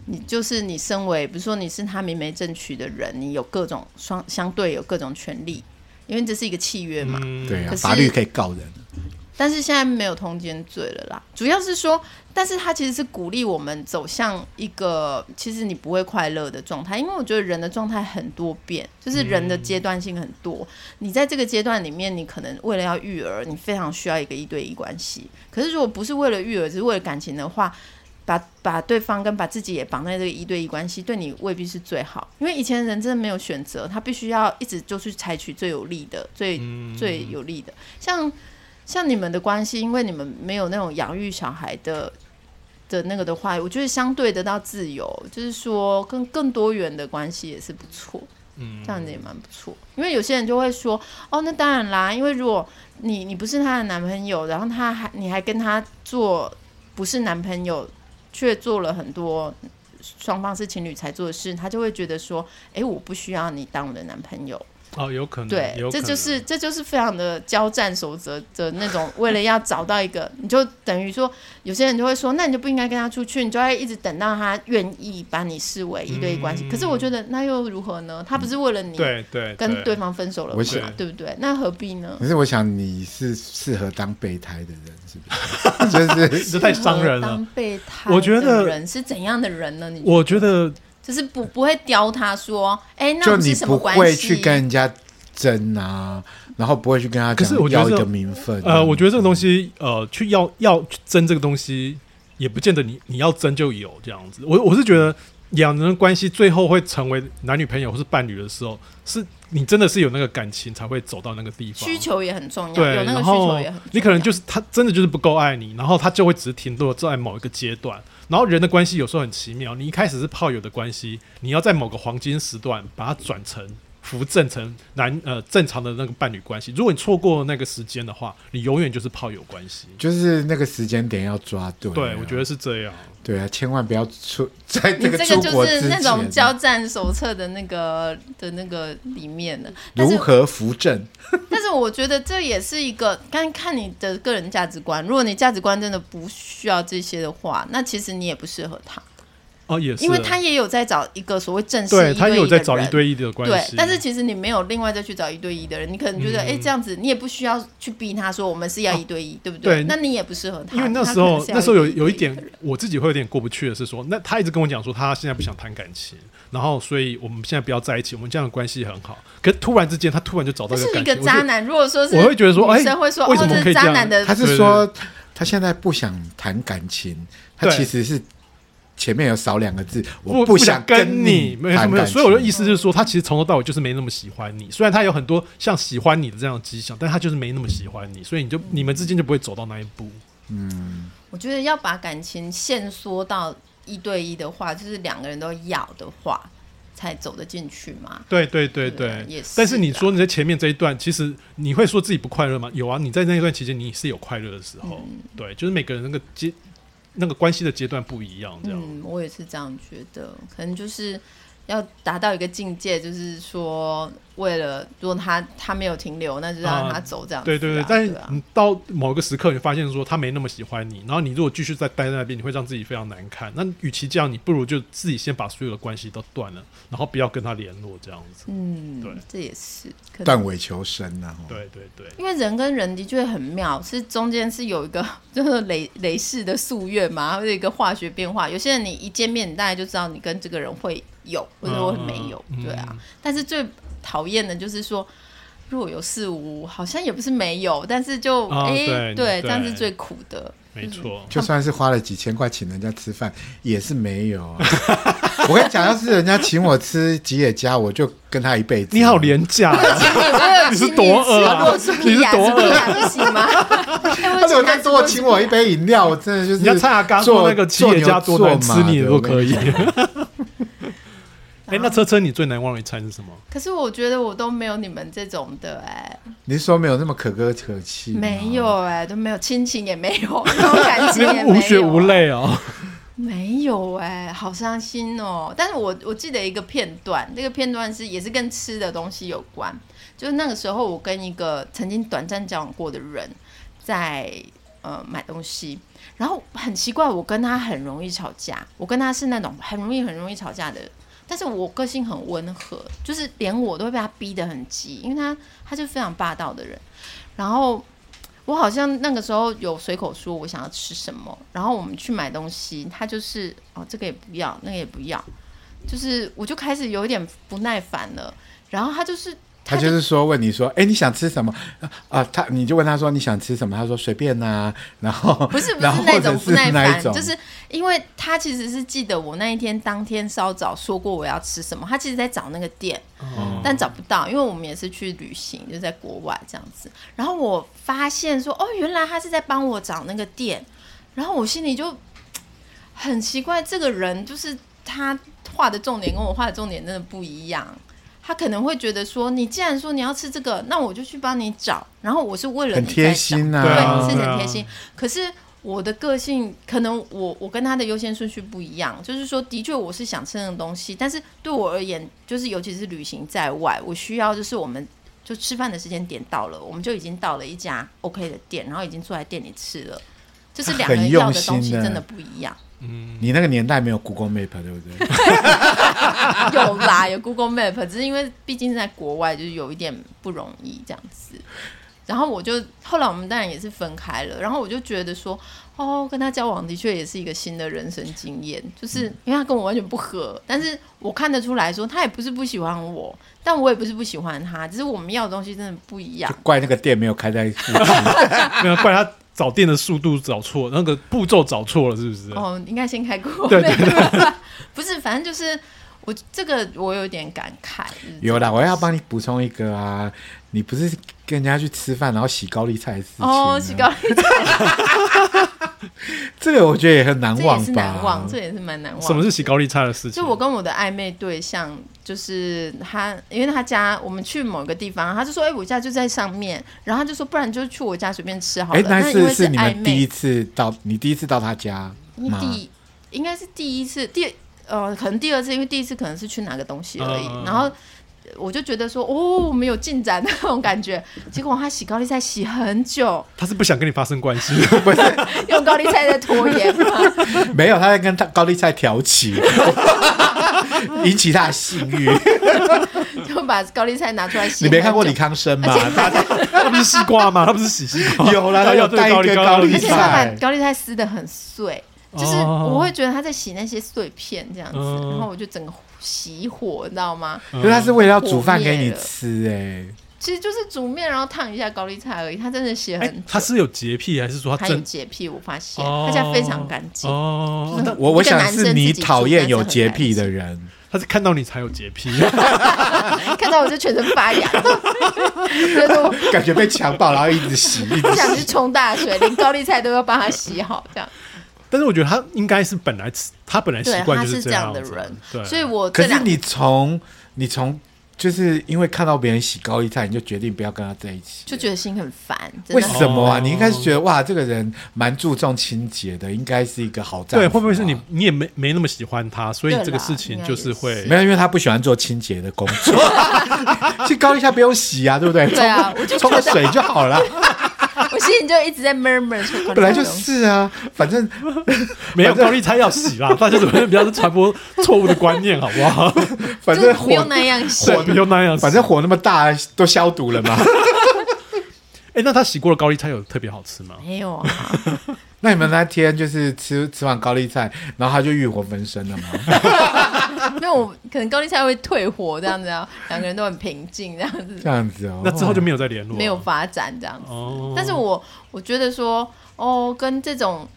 Speaker 2: 你就是你，身为比如说你是他明媒正娶的人，你有各种双相对有各种权利，因为这是一个契约嘛。
Speaker 1: 嗯
Speaker 3: 对啊
Speaker 2: 可，是
Speaker 3: 法律可以告人。
Speaker 2: 但是现在没有通奸罪了啦，主要是说，但是它其实是鼓励我们走向一个其实你不会快乐的状态，因为我觉得人的状态很多变，就是人的阶段性很多。你在这个阶段里面，你可能为了要育儿，你非常需要一个一对一关系。可是如果不是为了育儿，只是为了感情的话，把把对方跟把自己也绑在这个一对一关系，对你未必是最好。因为以前人真的没有选择，他必须要一直就去采取最有利的、最、最有利的，像。像你们的关系，因为你们没有那种养育小孩的的那个的话，我觉得相对得到自由，就是说跟更多元的关系也是不错，
Speaker 1: 嗯
Speaker 2: 这样子也蛮不错。因为有些人就会说，哦，那当然啦，因为如果你你不是她的男朋友，然后她还你还跟她做不是男朋友，却做了很多双方是情侣才做的事，她就会觉得说，诶，我不需要你当我的男朋友。
Speaker 1: 哦，有可能，
Speaker 2: 对
Speaker 1: 有，可
Speaker 2: 这
Speaker 1: 能
Speaker 2: 就是这就是非常的交战守则的那种，为了要找到一个，你就等于说，有些人就会说，那你就不应该跟他出去，你就要一直等到他愿意把你视为一对一关系。
Speaker 1: 嗯
Speaker 2: 可是我觉得那又如何呢？他不是为了你
Speaker 1: 对对
Speaker 2: 跟对方分手了
Speaker 3: 我
Speaker 2: 嘛
Speaker 3: 想，
Speaker 2: 对不对？那何必呢
Speaker 3: 可？是我想你是适合当备胎的人，
Speaker 1: [laughs]
Speaker 3: 是不是？就是
Speaker 1: 这 [laughs] 太伤人
Speaker 2: 当
Speaker 1: 了。
Speaker 2: 备胎，
Speaker 1: 我觉得
Speaker 2: 人是怎样的人呢？你
Speaker 1: 我觉得
Speaker 2: 就是不不会刁他说，哎，那
Speaker 3: 就
Speaker 2: 我们
Speaker 3: 你
Speaker 2: 是什么
Speaker 3: 不
Speaker 2: 关
Speaker 3: 会
Speaker 2: 系？
Speaker 3: 去跟人家争啊，然后不会去跟他
Speaker 1: 可是
Speaker 3: 讲
Speaker 1: 我觉得
Speaker 3: 要一
Speaker 1: 这
Speaker 3: 个名分啊、
Speaker 1: 呃，我觉得这个东西呃，去要要去争这个东西，也不见得你你要争就有这样子。我我是觉得两人的关系最后会成为男女朋友或是伴侣的时候，是你真的是有那个感情才会走到那个地方。
Speaker 2: 需求也很重要，
Speaker 1: 对，
Speaker 2: 有那个
Speaker 1: 然
Speaker 2: 需求
Speaker 1: 后
Speaker 2: 也很重要。
Speaker 1: 你可能就是他真的就是不够爱你，然后他就会只是停留在某一个阶段。然后人的关系有时候很奇妙，你一开始是炮友的关系，你要在某个黄金时段把它转成扶正成男呃正常的那个伴侣关系。如果你错过那个时间的话，你永远就是炮友关系。
Speaker 3: 就是那个时间点要抓对啊。
Speaker 1: 对，我觉得是这样。
Speaker 3: 对啊，千万不要出在
Speaker 2: 你
Speaker 3: 个
Speaker 2: 这
Speaker 3: 出
Speaker 2: 个
Speaker 3: 国
Speaker 2: 就
Speaker 3: 之
Speaker 2: 是
Speaker 3: 前，
Speaker 2: 那种交战手册的那个的那个里面的，但
Speaker 3: 如
Speaker 2: 是
Speaker 3: 何扶正。
Speaker 2: 但是我觉得这也是一个，看看你的个人价值观。如果你价值观真的不需要这些的话，那其实你也不适合他，
Speaker 1: 哦，也是，
Speaker 2: 因为他也有在找一个所谓正式
Speaker 1: 对他
Speaker 2: 也
Speaker 1: 也有在找一对一的关
Speaker 2: 对
Speaker 1: 系，，嗯
Speaker 2: 但是其实你没有另外再去找一对一的人，你可能觉得哎、诶这样子你也不需要去逼他说我们是要一对一，对不
Speaker 1: 啊对
Speaker 2: 那你也不适合他，
Speaker 1: 因为那
Speaker 2: 他
Speaker 1: 时
Speaker 2: 可能
Speaker 1: 候
Speaker 2: 是要
Speaker 1: 那时候有
Speaker 2: 对
Speaker 1: 有一
Speaker 2: 的
Speaker 1: 点
Speaker 2: 人，
Speaker 1: 我自己会有点过不去的是说，那他一直跟我讲说他现在不想谈感情，然后所以我们现在不要在一起，我们这样的关系很好。可是突然之间，他突然就找到
Speaker 2: 这
Speaker 1: 一个
Speaker 2: 是一
Speaker 1: 感
Speaker 2: 个
Speaker 1: 情，
Speaker 2: 渣男。如果说是
Speaker 1: 我会觉得说哎
Speaker 2: 女生会说
Speaker 1: 为
Speaker 2: 哦
Speaker 1: 什么可
Speaker 2: 这是
Speaker 1: 以这
Speaker 2: 渣
Speaker 1: 样
Speaker 2: 男的
Speaker 3: 他是
Speaker 1: 对
Speaker 3: 说他现在不想谈感情，他
Speaker 1: 对
Speaker 3: 其实是前面有少两个字，
Speaker 1: 我
Speaker 3: 我
Speaker 1: 不
Speaker 3: 想
Speaker 1: 跟
Speaker 3: 你
Speaker 1: 没有
Speaker 3: 谈
Speaker 1: 没有，
Speaker 3: 感
Speaker 1: 所以我的
Speaker 3: 情。
Speaker 1: 意思就是说，他其实从头到尾就是没那么喜欢你。虽然他有很多像喜欢你的这样的迹象，但他就是没那么喜欢你，所以你就你们之间就不会走到那一步。
Speaker 2: 我觉得要把感情限缩到一对一的话，就是两个人都要的话，才走得进去嘛。
Speaker 1: 对对对
Speaker 2: 对啊
Speaker 1: 对，
Speaker 2: 也是
Speaker 1: 但是你
Speaker 2: 啦
Speaker 1: 说你在前面这一段，其实你会说自己不快乐吗？有啊，你在那一段期间你是有快乐的时候，
Speaker 2: 嗯
Speaker 1: 对，就是每个人那个阶那个关系的阶段不一样，这样。
Speaker 2: 嗯，我也是这样觉得，可能就是要达到一个境界，就是说，为了如果他他没有停留，那就让他走这样子啊、
Speaker 1: 对对对，但是嗯
Speaker 2: 啊
Speaker 1: 你到某个时刻，你发现说他没那么喜欢你，然后你如果继续再待在那边，你会让自己非常难堪。那与其这样，你不如就自己先把所有的关系都断了，然后不要跟他联络，这样子。对
Speaker 2: 嗯，这也是可能
Speaker 3: 断尾求生啊，吼
Speaker 1: 对对对，
Speaker 2: 因为人跟人的确很妙，是中间是有一个 [laughs] 就是累累世的夙愿嘛，或者一个化学变化。有些人你一见面，你大概就知道你跟这个人会有，或者会没有，
Speaker 1: 嗯
Speaker 2: 对啊。
Speaker 1: 嗯
Speaker 2: 但是最讨厌的就是说若有似无，好像也不是没有，但是就哎、
Speaker 1: 哦
Speaker 2: 诶
Speaker 1: 对对
Speaker 2: 这样是最苦的。
Speaker 1: 没错。
Speaker 3: 就算是花了几千块请人家吃饭，也是没有、啊。 [laughs] 我跟你讲，要是人家请我吃吉野家，我就跟他一辈子。
Speaker 1: 你好廉价、
Speaker 2: [laughs]
Speaker 1: 啊。[laughs] [laughs]
Speaker 2: 你
Speaker 1: 你是多饿啊
Speaker 2: 我是屁呀，
Speaker 1: 你是
Speaker 2: 是
Speaker 1: 多饿
Speaker 2: 屁呀，不
Speaker 1: [laughs]
Speaker 2: 行吗？哎
Speaker 3: 他如
Speaker 2: 我
Speaker 3: 果再多请我一杯饮料，我真的就是
Speaker 1: 你要蔡阿刚说那个企业家多难吃，你也都可以。
Speaker 3: 做牛做马的我跟你讲
Speaker 1: 哎、 [laughs] 那车车，你最难忘的一餐是什么？
Speaker 2: 可是我觉得我都没有你们这种的哎、
Speaker 3: 你是说没有那么可歌可泣吗？
Speaker 2: 没有哎、都没有亲情也没
Speaker 1: [laughs]
Speaker 2: 有，那种感 [laughs] 情也没有，
Speaker 1: 无血无，泪哦。
Speaker 2: 没有哎、好伤心哦。但是我我记得一个片段，这个片段是也是跟吃的东西有关，就是那个时候我跟一个曾经短暂交往过的人在呃买东西，然后很奇怪，我跟他很容易吵架，我跟他是那种很容易很容易吵架的人。但是我个性很温和，就是连我都会被他逼得很急，因为他他是非常霸道的人。然后我好像那个时候有随口说我想要吃什么，然后我们去买东西，他就是哦这个也不要，那个也不要，就是我就开始有一点不耐烦了。然后他就是
Speaker 3: 他就是说问你说，哎、你想吃什么啊啊？他你就问他说你想吃什么，他说随便呐、 [laughs] 然后
Speaker 2: 不是不是
Speaker 3: 然后
Speaker 2: 那
Speaker 3: 或者
Speaker 2: 种
Speaker 3: 是
Speaker 2: 不耐
Speaker 3: 那
Speaker 2: 烦，
Speaker 3: 一种
Speaker 2: 就是因为他其实是记得我那一天当天稍早说过我要吃什么，他其实在找那个店，但找不到，因为我们也是去旅行，就在国外这样子。然后我发现说，哦，原来他是在帮我找那个店，然后我心里就很奇怪，这个人就是他画的重点跟我画的重点真的不一样。他可能会觉得说，你既然说你要吃这个，那我就去帮你找。然后我是为了
Speaker 3: 很
Speaker 2: 你在
Speaker 3: 贴
Speaker 2: 找
Speaker 3: 心呐、
Speaker 1: 对啊
Speaker 2: 对，是很贴心。可是我的个性，可能我我跟他的优先顺序不一样，就是说，的确我是想吃那种东西，但是对我而言，就是尤其是旅行在外，我需要就是我们。就吃饭的时间点到了，我们就已经到了一家 OK 的店，然后已经坐在店里吃了，就是两个
Speaker 3: 很
Speaker 2: 人
Speaker 3: 用
Speaker 2: 要的东西
Speaker 3: 心的
Speaker 2: 真的不一样。
Speaker 3: 你那个年代没有 Google Map 对不对？
Speaker 2: 有啦，有 Google Map，只是因为毕竟是在国外，就是有一点不容易这样子。然后我就后来我们当然也是分开了，然后我就觉得说，哦，跟他交往的确也是一个新的人生经验，就是因为他跟我完全不合，但是我看得出来说他也不是不喜欢我，但我也不是不喜欢他，只是我们要的东西真的不一样
Speaker 3: 就。怪那个店没有开在附近。
Speaker 1: [laughs] 没有，怪他找店的速度找错，那
Speaker 2: 哦
Speaker 1: 个步骤找错了，是不是？
Speaker 2: [laughs] 哦，应该先开过。
Speaker 1: 对对
Speaker 2: 不是，反正就是我这个我有点感慨。就是
Speaker 3: 有
Speaker 2: 这
Speaker 3: 啦，
Speaker 2: 个
Speaker 3: 我要帮你补充一个啊，你不是跟人家去吃饭然后洗高丽菜的事情啊
Speaker 2: 哦，
Speaker 3: 吗
Speaker 2: 西高丽菜，
Speaker 3: 这个我觉得也很难
Speaker 2: 这
Speaker 3: 忘
Speaker 2: 也是
Speaker 3: 吧？
Speaker 2: 难
Speaker 3: [laughs]
Speaker 2: 忘，这也是蛮难忘。
Speaker 1: 什么是洗高丽菜的事情？
Speaker 2: 就我跟我的暧昧对象，就是他，因为他家我们去某个地方，他就说：“哎、我家就在上面。”然后他就说：“不然就去我家随便吃好了。
Speaker 3: 哎，那
Speaker 2: 因
Speaker 3: 次
Speaker 2: 为
Speaker 3: 是你
Speaker 2: 暧
Speaker 3: 们第一
Speaker 2: 昧，
Speaker 3: 次到，你第一次到他家
Speaker 2: 因为
Speaker 3: 吗？
Speaker 2: 第应该是第一次，第呃可能第二次，因为第一次可能是去拿个东西而已。
Speaker 1: 嗯
Speaker 2: 然后我就觉得说：“哦，我们有进展那种感觉。”结果他洗高丽菜洗很久，
Speaker 1: 他是不想跟你发生关系，
Speaker 2: 用高丽菜在拖
Speaker 3: [laughs]
Speaker 2: 延嘛。
Speaker 3: 没有，他在跟他高丽菜调
Speaker 2: [laughs]
Speaker 3: 情，引起他的性欲。
Speaker 2: 就把高丽菜拿出来洗。
Speaker 3: 你没看过李？康
Speaker 2: [laughs]
Speaker 3: 生吗？他
Speaker 1: [laughs] 他不是西瓜吗？他不是洗西瓜？
Speaker 3: 有啦
Speaker 1: 他 [laughs]
Speaker 3: 他
Speaker 1: 要
Speaker 3: 有带一
Speaker 1: 对
Speaker 3: 根
Speaker 1: 高
Speaker 3: 高
Speaker 1: 丽
Speaker 3: 丽
Speaker 2: 而且他把
Speaker 3: 菜
Speaker 2: 高丽菜撕的很碎，就是
Speaker 1: 哦
Speaker 2: 我会觉得他在洗那些碎片这样子，
Speaker 1: 嗯
Speaker 2: 然后我就整个熄火，你知道吗？
Speaker 3: 因为他是为了要煮饭
Speaker 2: 火
Speaker 3: 给
Speaker 2: 灭
Speaker 3: 你
Speaker 2: 了
Speaker 3: 吃、哎
Speaker 2: 其实就是煮面，然后烫一下高丽菜而已。他真的洗
Speaker 1: 哎、
Speaker 3: 哦
Speaker 2: 很久，
Speaker 1: 他是有洁癖还是说
Speaker 2: 他
Speaker 1: 他
Speaker 2: 有
Speaker 1: 真？
Speaker 2: 洁癖，我发现
Speaker 1: 哦
Speaker 2: 他家非常干净。
Speaker 1: 哦，
Speaker 3: 哎，
Speaker 1: 那
Speaker 3: 我我
Speaker 2: 一个
Speaker 3: 想
Speaker 2: 男生
Speaker 3: 是你
Speaker 2: 自己煮
Speaker 3: 讨厌
Speaker 2: 但是
Speaker 3: 有
Speaker 2: 很
Speaker 3: 洁
Speaker 2: 难
Speaker 3: 癖的
Speaker 2: 吃
Speaker 3: 人。
Speaker 1: 他是看到你才有洁癖， [laughs]
Speaker 2: 哎看到我就全身发
Speaker 3: [laughs]
Speaker 2: 痒，觉得 [laughs] 我
Speaker 3: 感觉被强暴，然后一直洗，一
Speaker 2: 不
Speaker 3: 直
Speaker 2: 想去冲大水，连高丽菜都要帮他洗好这样。
Speaker 3: 哎
Speaker 1: 但是我觉得他应该是本来他本来习
Speaker 2: 对，
Speaker 1: 惯
Speaker 2: 他
Speaker 1: 就是
Speaker 2: 这
Speaker 1: 样
Speaker 2: 的
Speaker 1: 子啊
Speaker 2: 人，
Speaker 1: 对，
Speaker 2: 所以我这
Speaker 3: 可是
Speaker 2: 两
Speaker 3: 你从你从就是因为看到别人洗高利贷，你就决定不要跟他在一起，
Speaker 2: 就觉得心很烦，真
Speaker 3: 为
Speaker 2: 的很
Speaker 3: 什么啊？
Speaker 1: 哦
Speaker 3: [laughs] 你应该是觉得哇，这个人蛮注重清洁的，应该是一个好丈夫、啊
Speaker 1: 对，会不会是你？你也没没那么喜欢他，所以这个事情就是会
Speaker 3: 没有，因为他不喜欢做清洁的工
Speaker 1: [laughs]
Speaker 3: 作。其实高利贷不用洗啊，对不对？
Speaker 2: 对啊我就
Speaker 3: 冲个水就好
Speaker 2: [laughs]
Speaker 3: 了，
Speaker 2: 我心里就一直在 murmur 说，
Speaker 3: 本来就是啊，
Speaker 2: [laughs]
Speaker 3: 反正
Speaker 1: 没有高丽菜要洗啦，大家怎么会不要传播错误的观念，好不
Speaker 3: [laughs]
Speaker 1: 好？
Speaker 3: 反
Speaker 2: 就
Speaker 3: 正
Speaker 2: 不用
Speaker 3: 火
Speaker 2: 那样洗。
Speaker 1: 对，不用那样洗。
Speaker 3: 反正火那么大，都消毒了嘛。 [laughs]
Speaker 1: 哎、那他洗过的高丽菜有特别好吃吗？
Speaker 2: 没有啊， [laughs]
Speaker 3: 那你们那天就是吃吃完高利贷，然后他就欲火焚身了吗？
Speaker 2: 没有，我可能高丽菜会退火这样子啊，两个人都很平静这样子，
Speaker 3: 这样子哦，
Speaker 1: 那之后就没有再联络，
Speaker 2: 没有。发展这样子。
Speaker 1: 哦，
Speaker 2: 但是我我觉得说，哦，跟这种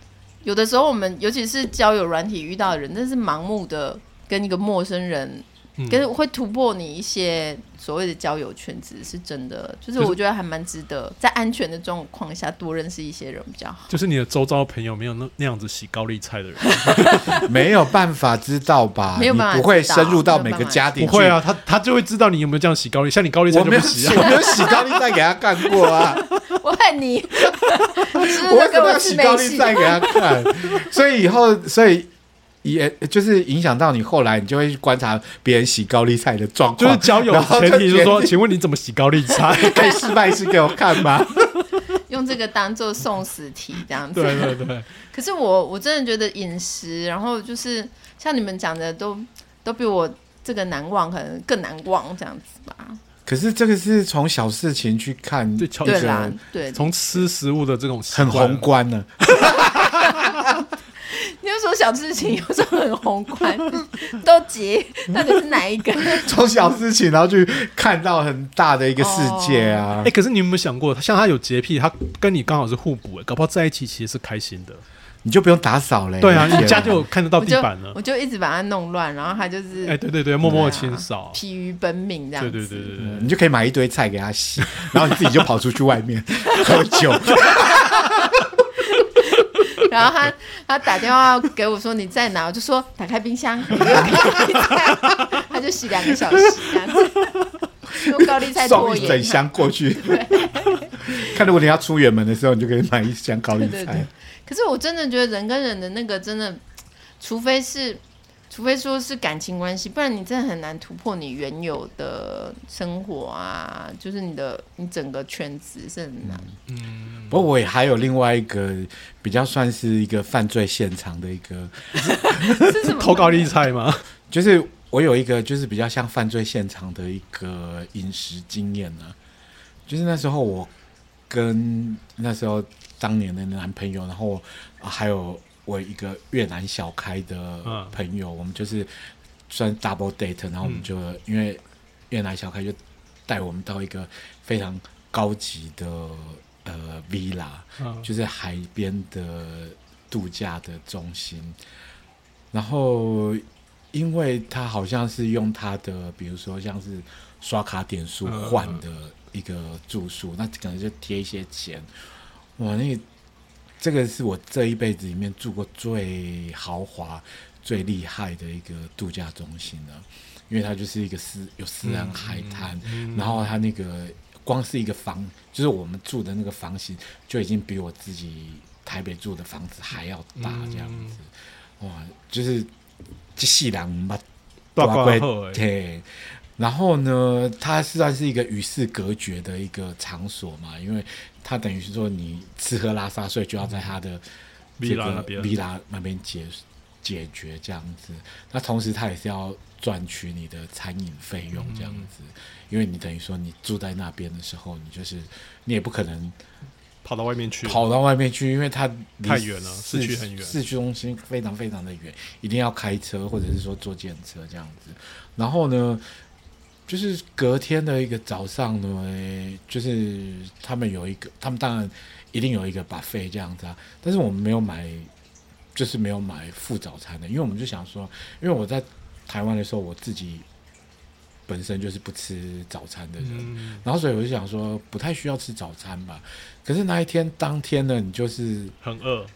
Speaker 2: 有的时候我们尤其是交友软体遇到的人，真是盲目的跟一个陌生人，
Speaker 1: 嗯
Speaker 2: 跟会突破你一些所谓的交友圈子，是真的。就是
Speaker 1: 就是
Speaker 2: 我觉得还蛮值得在安全的状况下多认识一些人比较
Speaker 3: [laughs]
Speaker 2: 好。
Speaker 1: 就是你的周遭朋友没有那那样子洗高丽菜的人，
Speaker 2: [laughs]
Speaker 3: 没有办法知道吧？
Speaker 2: 没有办法
Speaker 3: 你不会
Speaker 2: 知道
Speaker 3: 深入到每个家庭
Speaker 1: 不
Speaker 3: 去。
Speaker 1: 会啊，他他就会知道你有没有这样洗高丽，像你高丽菜
Speaker 3: 我
Speaker 1: 就
Speaker 3: 没
Speaker 1: 不
Speaker 3: 有
Speaker 1: 洗
Speaker 3: 洗，
Speaker 1: 啊
Speaker 3: 我。没有洗高利贷给他看过啊！
Speaker 2: [laughs] 我恨你，
Speaker 3: 我
Speaker 2: 我
Speaker 3: 为什么要
Speaker 2: 吃
Speaker 3: 洗
Speaker 2: 美
Speaker 3: 高
Speaker 2: 系
Speaker 3: 利贷给他看？所以以后，所以也就是影响到你后来，你就会去观察别人洗高利贷的状
Speaker 1: 就是
Speaker 3: 况。
Speaker 1: 交友
Speaker 3: [laughs] 然后
Speaker 1: 前提
Speaker 3: 就决
Speaker 1: 是说，
Speaker 3: 定
Speaker 1: 请问你怎么洗高丽
Speaker 3: [laughs]
Speaker 1: 菜？
Speaker 3: 可以示范一次给我看吗？ [laughs]
Speaker 2: 用这个当做送死题这样子。
Speaker 1: 对对对，
Speaker 2: 可是我我真的觉得饮食，然后就是像你们讲的都，都比我这个难忘，可能更难忘这样子吧。
Speaker 3: 可是这个是从小事情去看，
Speaker 1: 对从
Speaker 2: 对
Speaker 1: 小
Speaker 2: 啦
Speaker 3: 个，
Speaker 2: 对。
Speaker 1: 从吃食物的这种习
Speaker 3: 很
Speaker 1: 惯
Speaker 3: 宏观呢。
Speaker 2: 你又说小事情，又说很宏观，都急，到底是哪一个？
Speaker 3: 从小事情，然后去看到很大的一个世界啊
Speaker 2: 哦
Speaker 1: 哎、。可是你有没有想过，像他有洁癖，他跟你刚好是互补、哎，搞不好在一起其实是开心的。
Speaker 3: 你就不用打扫嘞。
Speaker 1: 对啊，
Speaker 3: 天
Speaker 1: 你家就有看得 [laughs] 到
Speaker 2: 我就
Speaker 1: 地板了
Speaker 2: 我。就一直把它弄乱，然后他就是
Speaker 1: 哎、对对对，默默地
Speaker 2: 对啊
Speaker 1: 清扫。
Speaker 2: 疲于奔啊命这样
Speaker 1: 对
Speaker 2: 子。
Speaker 1: 对对对对，
Speaker 3: 你就可以买一堆菜给
Speaker 2: [laughs]
Speaker 3: 他洗，然后你自己就跑出去外面喝酒。
Speaker 2: 然后他他打电话给我说你在哪，我就说打开冰箱， [laughs] 我又开冰箱他就洗两个小时这样子，用高丽菜拖
Speaker 3: 送一
Speaker 2: 延
Speaker 3: 整
Speaker 2: 他。
Speaker 3: 箱过去。看，如果你要出远门的时候，你就可以买一箱高丽
Speaker 2: 对对
Speaker 3: 菜
Speaker 2: 对。可是我真的觉得人跟人的那个真的，除非是，除非说是感情关系，不然你真的很难突破你原有的生活啊，就是你的你整个圈子是很难。
Speaker 3: 不过我也还有另外一个比较算是一个犯罪现场的一个，
Speaker 2: 是什么？
Speaker 1: 偷高丽菜吗？
Speaker 3: 就是我有一个就是比较像犯罪现场的一个饮食经验呢、就是那时候我跟那时候当年的男朋友，然后还有我一个越南小开的
Speaker 1: 嗯
Speaker 3: 朋友，我们就是算 double date，然后我们就、因为越南小开就带我们到一个非常高级的呃 villa，
Speaker 1: 嗯
Speaker 3: 就是海边的度假的中心，然后因为他好像是用他的，比如说像是刷卡点数
Speaker 1: 嗯
Speaker 3: 换的一个住宿，那可能就贴一些钱。哇，那个这个是我这一辈子里面住过最豪华、最厉害的一个度假中心了，因为它就是一个私有私
Speaker 1: 嗯
Speaker 3: 人海滩，然后它那个光是一个房，就是我们住的那个房型就已经比我自己台北住的房子还要大这样子，哇，就是这细人没捌
Speaker 1: 大挂
Speaker 3: 过
Speaker 1: 后哎，
Speaker 3: 对，然后呢，它是算是一个与世隔绝的一个场所嘛，因为它等于是说你吃喝拉撒睡就要在它的这
Speaker 1: 嗯 Villa 那
Speaker 3: 个
Speaker 1: 边
Speaker 3: villa 那边解解决这样子。那同时它也是要赚取你的餐饮费用这样子，因为你等于说你住在那边的时候，你就是你也不可能
Speaker 1: 跑到外面去，
Speaker 3: 跑到外面去，因为它离
Speaker 1: 太远了
Speaker 3: 市
Speaker 1: 市区很远
Speaker 3: 市区中心非常非常的远，一定要开车或者是说坐电车这样子。然后呢，就是隔天的一个早上呢，诶就是他们有一个，他们当然一定有一个 buffet 这样子啊，但是我们没有买，就是没有买副早餐的，因为我们就想说，因为我在台湾的时候，我自己本身就是不吃早餐的人，
Speaker 1: 嗯，
Speaker 3: 然后所以我就想说，不太需要吃早餐吧。可是那一天当天呢，你就是
Speaker 1: 很饿，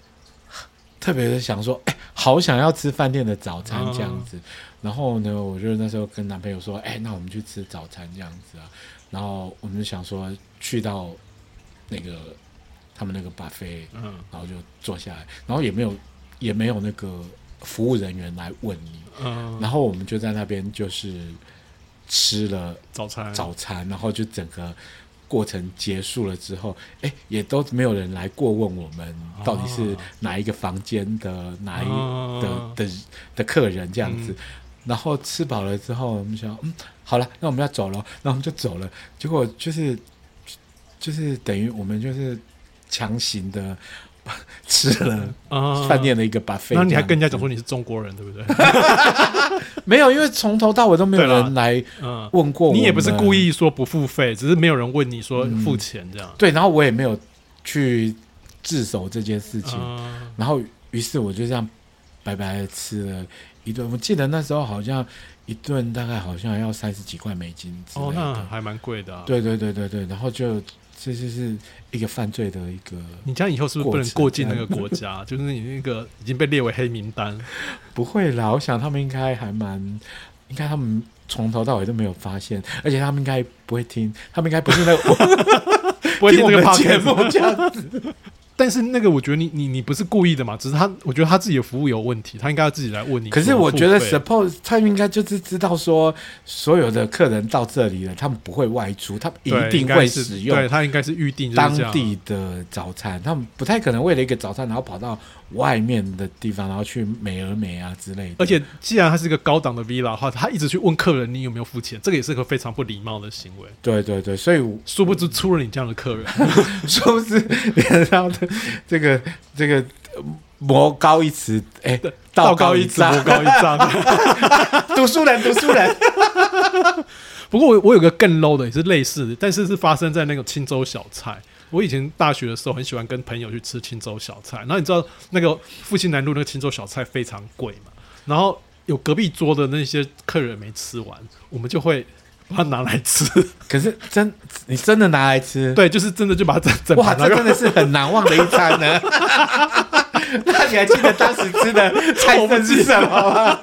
Speaker 3: 特别的想说，哎、好想要吃饭店的早餐这样子。然后呢，我就那时候跟男朋友说，哎、那我们去吃早餐这样子啊。然后我们就想说，去到那个他们那个 buffet，
Speaker 1: 嗯
Speaker 3: 然后就坐下来，然后也没有也没有那个服务人员来问你。
Speaker 1: 嗯，
Speaker 3: 然后我们就在那边就是吃了。
Speaker 1: 早餐
Speaker 3: 早餐，然后就整个过程结束了之后，哎，也都没有人来过问我们到底是哪一个房间的、哪一
Speaker 1: 哦
Speaker 3: 的的的客人这样子。
Speaker 1: 嗯
Speaker 3: 然后吃饱了之后，我们想，嗯，好了，那我们要走了，然后我们就走了。结果就是就是等于我们就是强行的 [laughs] 吃了
Speaker 1: 啊
Speaker 3: 饭店的一个 buffet，、
Speaker 1: 然后你还跟人家讲说你是中国人，对不对？
Speaker 3: [laughs] 没有，因为从头到尾都没有
Speaker 1: 对啦
Speaker 3: 人来
Speaker 1: 嗯，
Speaker 3: 问 [laughs] 过我
Speaker 1: 你也不是
Speaker 3: 们嗯
Speaker 1: 故意说不付费，只是没有人问你说付钱这样。
Speaker 3: 对，然后我也没有去自首这件事情，
Speaker 1: 嗯
Speaker 3: 然后于是我就这样白白的吃了一顿。我记得那时候好像一顿大概好像要三十几块美金之类
Speaker 1: 哦，
Speaker 3: 的。
Speaker 1: 那还蛮贵的啊。
Speaker 3: 对对对对对，然后就这就是一个犯罪的一个，
Speaker 1: 你这样以后是不是不能过境那个国
Speaker 3: [laughs]
Speaker 1: 家？就是你那个已经被列为黑名单。
Speaker 3: 不会啦，我想他们应该还蛮，应该他们从头到尾都没有发现，而且他们应该不会听，他们应该不是那个
Speaker 1: [laughs] 不会听
Speaker 3: 我
Speaker 1: 这
Speaker 3: 们
Speaker 1: 个
Speaker 3: 的节目
Speaker 1: podcast
Speaker 3: 这样子。
Speaker 1: 但是那个，我觉得你你你不是故意的嘛，只是他，我觉得他自己的服务有问题，他应该要自己来问你。
Speaker 3: 可是我觉得
Speaker 1: 什
Speaker 3: suppose 他们应该就是知道说，所有的客人到这里了，他们不会外出，他们一定会使
Speaker 1: 对
Speaker 3: 用
Speaker 1: 他应该是预定就是
Speaker 3: 当
Speaker 1: 这样
Speaker 3: 地的早餐，他们不太可能为了一个早餐，然后跑到外面的地方，然后去美而美啊之类的。
Speaker 1: 而且，既然他是一个高档的 villa 的话，他一直去问客人你有没有付钱，这个也是个非常不礼貌的行为。
Speaker 3: 对对对，所以我
Speaker 1: 殊不知出了你这样的客人，
Speaker 3: 是不是 [laughs] 脸上的这个这个呃魔高一尺，哎、 [laughs] 道高一
Speaker 1: 尺，魔
Speaker 3: 丈，
Speaker 1: 高一丈。
Speaker 3: [laughs] 读书人，读书人。
Speaker 1: 不过我我有个更 low 的，也是类似的，但是是发生在那个青州小菜。我以前大学的时候很喜欢跟朋友去吃青州小菜，然后你知道那个复兴南路那个青州小菜非常贵嘛，然后有隔壁桌的那些客人没吃完，我们就会把它拿来吃。 [laughs]
Speaker 3: 可是真，你真的拿来吃？
Speaker 1: 对，就是真的就把它整整
Speaker 3: 哇，
Speaker 1: 盘拿
Speaker 3: 这
Speaker 1: 去
Speaker 3: 真的是很难忘的一餐呢。 [laughs] 那你还记得当时吃的菜色是什么吗？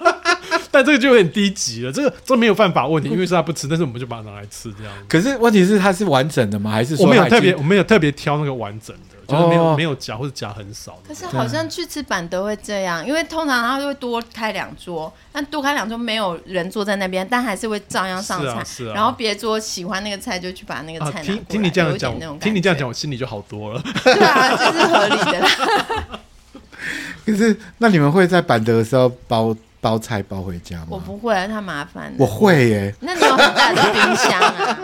Speaker 1: 但这个就有点低级了，这个这没有办法问你，因为是他不吃，但是我们就把它拿来吃这样子。
Speaker 3: 可是问题是它是完整的吗？还是说
Speaker 1: 我没有
Speaker 3: 它已经
Speaker 1: 特别，我没有特别挑那个完整的，就是没有、
Speaker 3: 哦
Speaker 1: 没有夹或者夹很少
Speaker 2: 可
Speaker 1: 的。
Speaker 2: 是好像去吃板都会这样，因为通常他会多开两桌，但多开两桌没有人坐在那边，但还是会照样上
Speaker 1: 是啊
Speaker 2: 菜。
Speaker 1: 是啊
Speaker 2: 然后别桌喜欢那个菜就去把那个
Speaker 1: 啊
Speaker 2: 菜拿，过来。
Speaker 1: 听听你这样
Speaker 2: 有一点那
Speaker 1: 讲，
Speaker 2: 种
Speaker 1: 听你这样讲，
Speaker 2: 感
Speaker 1: 我心里就好多
Speaker 3: [laughs]
Speaker 1: 了。
Speaker 2: 觉，对啊，这是合
Speaker 1: [laughs]
Speaker 2: 理的啦。
Speaker 3: 可是那你们会在板德的时候包包菜包回家吗？
Speaker 2: 我不会，太麻烦
Speaker 3: 我
Speaker 2: 了。
Speaker 3: 会耶，
Speaker 2: 那你有很大的冰
Speaker 1: [laughs]
Speaker 2: 箱啊？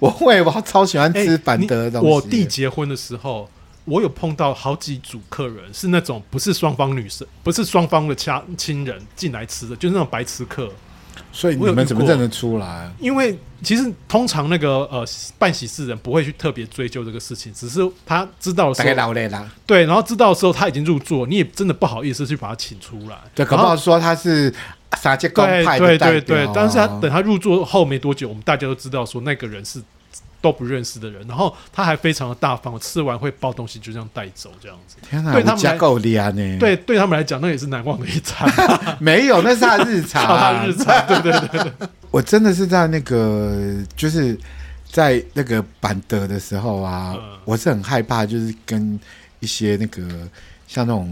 Speaker 3: 我会，我超喜欢
Speaker 1: 哎
Speaker 3: 吃板德的东西
Speaker 1: 你。我弟结婚的时候，我有碰到好几组客人，是那种不是双方女生，不是双方的家亲人进来吃的，就是那种白吃客。
Speaker 3: 所以你
Speaker 1: 我有遇
Speaker 3: 们怎么
Speaker 1: 过
Speaker 3: 认得出来？
Speaker 1: 因为其实通常那个呃办喜事人不会去特别追究这个事情，只是他知道的时
Speaker 3: 大概
Speaker 1: 候，
Speaker 3: 老累啦，
Speaker 1: 对，然后知道的时候他已经入座，你也真的不好意思去把他请出来。
Speaker 3: 对，搞不
Speaker 1: 然后
Speaker 3: 好说他是撒界公
Speaker 1: 对
Speaker 3: 派的
Speaker 1: 对
Speaker 3: 代
Speaker 1: 对
Speaker 3: 表
Speaker 1: 对
Speaker 3: 啊，
Speaker 1: 但是他等他入座后没多久，我们大家都知道说那个人是都不认识的人，然后他还非常的大方，吃完会包东西就这样带走这样子。
Speaker 3: 天哪，
Speaker 1: 对他
Speaker 3: 我
Speaker 1: 们
Speaker 3: 家
Speaker 1: 来
Speaker 3: 够厉害呢。，
Speaker 1: 对，对他们来讲那也是难忘的一
Speaker 3: [laughs]
Speaker 1: 餐，
Speaker 3: 没有，那是他日 [laughs] 常
Speaker 1: 好
Speaker 3: 啊
Speaker 1: 他日常，对对对，
Speaker 3: 我真的是在那个就是在那个板德的时候啊，
Speaker 1: 嗯
Speaker 3: 我是很害怕，就是跟一些那个像那种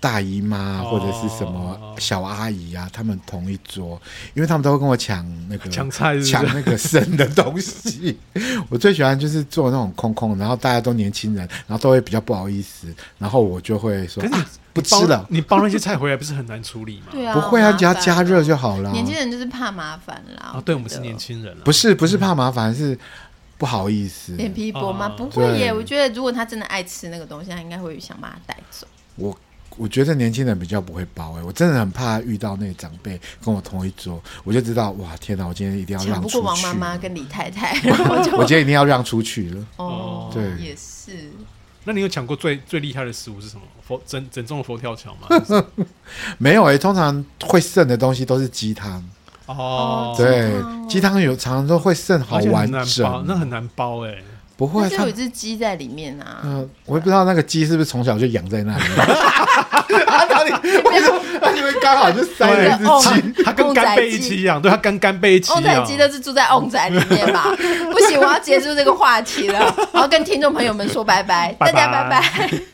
Speaker 3: 大姨妈啊
Speaker 1: 哦
Speaker 3: 或者是什么小阿姨啊，他们同一桌，因为他们都会跟我抢那个
Speaker 1: 抢菜是不是
Speaker 3: 抢那个生的东西。 [laughs] 我最喜欢就是做那种空空，然后大家都年轻人，然后都会比较不好意思，然后我就会说
Speaker 1: 可是你
Speaker 3: 啊不吃了，
Speaker 1: 你包那些菜回来不是很难处理吗？
Speaker 2: 对
Speaker 1: 啊。
Speaker 2: 啊，
Speaker 3: 不会啊，
Speaker 2: 麻
Speaker 3: 只要
Speaker 2: 烦
Speaker 3: 加热就好了。
Speaker 2: 年轻人就是怕麻烦啦。
Speaker 1: 啊对，我们是
Speaker 2: 觉得
Speaker 1: 年轻人了，
Speaker 3: 不是不是怕麻烦，是不好意思。
Speaker 2: 脸皮薄吗？
Speaker 1: 啊
Speaker 2: 不会耶，
Speaker 3: 对
Speaker 2: 我觉得如果他真的爱吃那个东西，他应该会想把它带走。
Speaker 3: 我我觉得年轻人比较不会包哎、我真的很怕遇到那个长辈跟我同一桌，我就知道哇天哪，我今天一定要
Speaker 2: 抢
Speaker 3: 让
Speaker 2: 不
Speaker 3: 出去
Speaker 2: 过王
Speaker 3: 了。
Speaker 2: 妈妈跟李太太，然后就
Speaker 3: 我今天一定要让出去了。
Speaker 2: 哦，
Speaker 3: 对
Speaker 2: 也是。
Speaker 1: 那你有抢过最最厉害的食物是什么？佛整整宗的佛跳
Speaker 3: [laughs]
Speaker 1: 墙吗？
Speaker 3: 没有哎、通常会剩的东西都是鸡汤。
Speaker 1: 哦，
Speaker 3: 对
Speaker 2: 哦，
Speaker 3: 鸡汤有常常都会剩好
Speaker 1: 而且
Speaker 3: 完
Speaker 1: 很难包，那
Speaker 3: 整，
Speaker 1: 很难包
Speaker 2: [laughs]
Speaker 1: 哎。
Speaker 3: 不会
Speaker 2: 那就
Speaker 3: 他
Speaker 2: 有一只鸡在里面啊，
Speaker 3: 嗯、我也不知道那个鸡是不是从小就养在
Speaker 2: [laughs]
Speaker 3: 那里。 [laughs] 啊，哪里？为什么？那你们刚好就塞了一
Speaker 2: 哦
Speaker 3: 只鸡。
Speaker 1: 它跟干贝一起哦一样，对，它跟干贝一起
Speaker 2: 旺
Speaker 1: 一
Speaker 2: 仔
Speaker 1: 样。
Speaker 2: 鸡都是住在旺仔里面
Speaker 1: [laughs]
Speaker 2: 吧？不行，我要结束这个话题了，我要跟听众朋友们说拜拜，
Speaker 1: 拜拜
Speaker 2: 大家拜拜。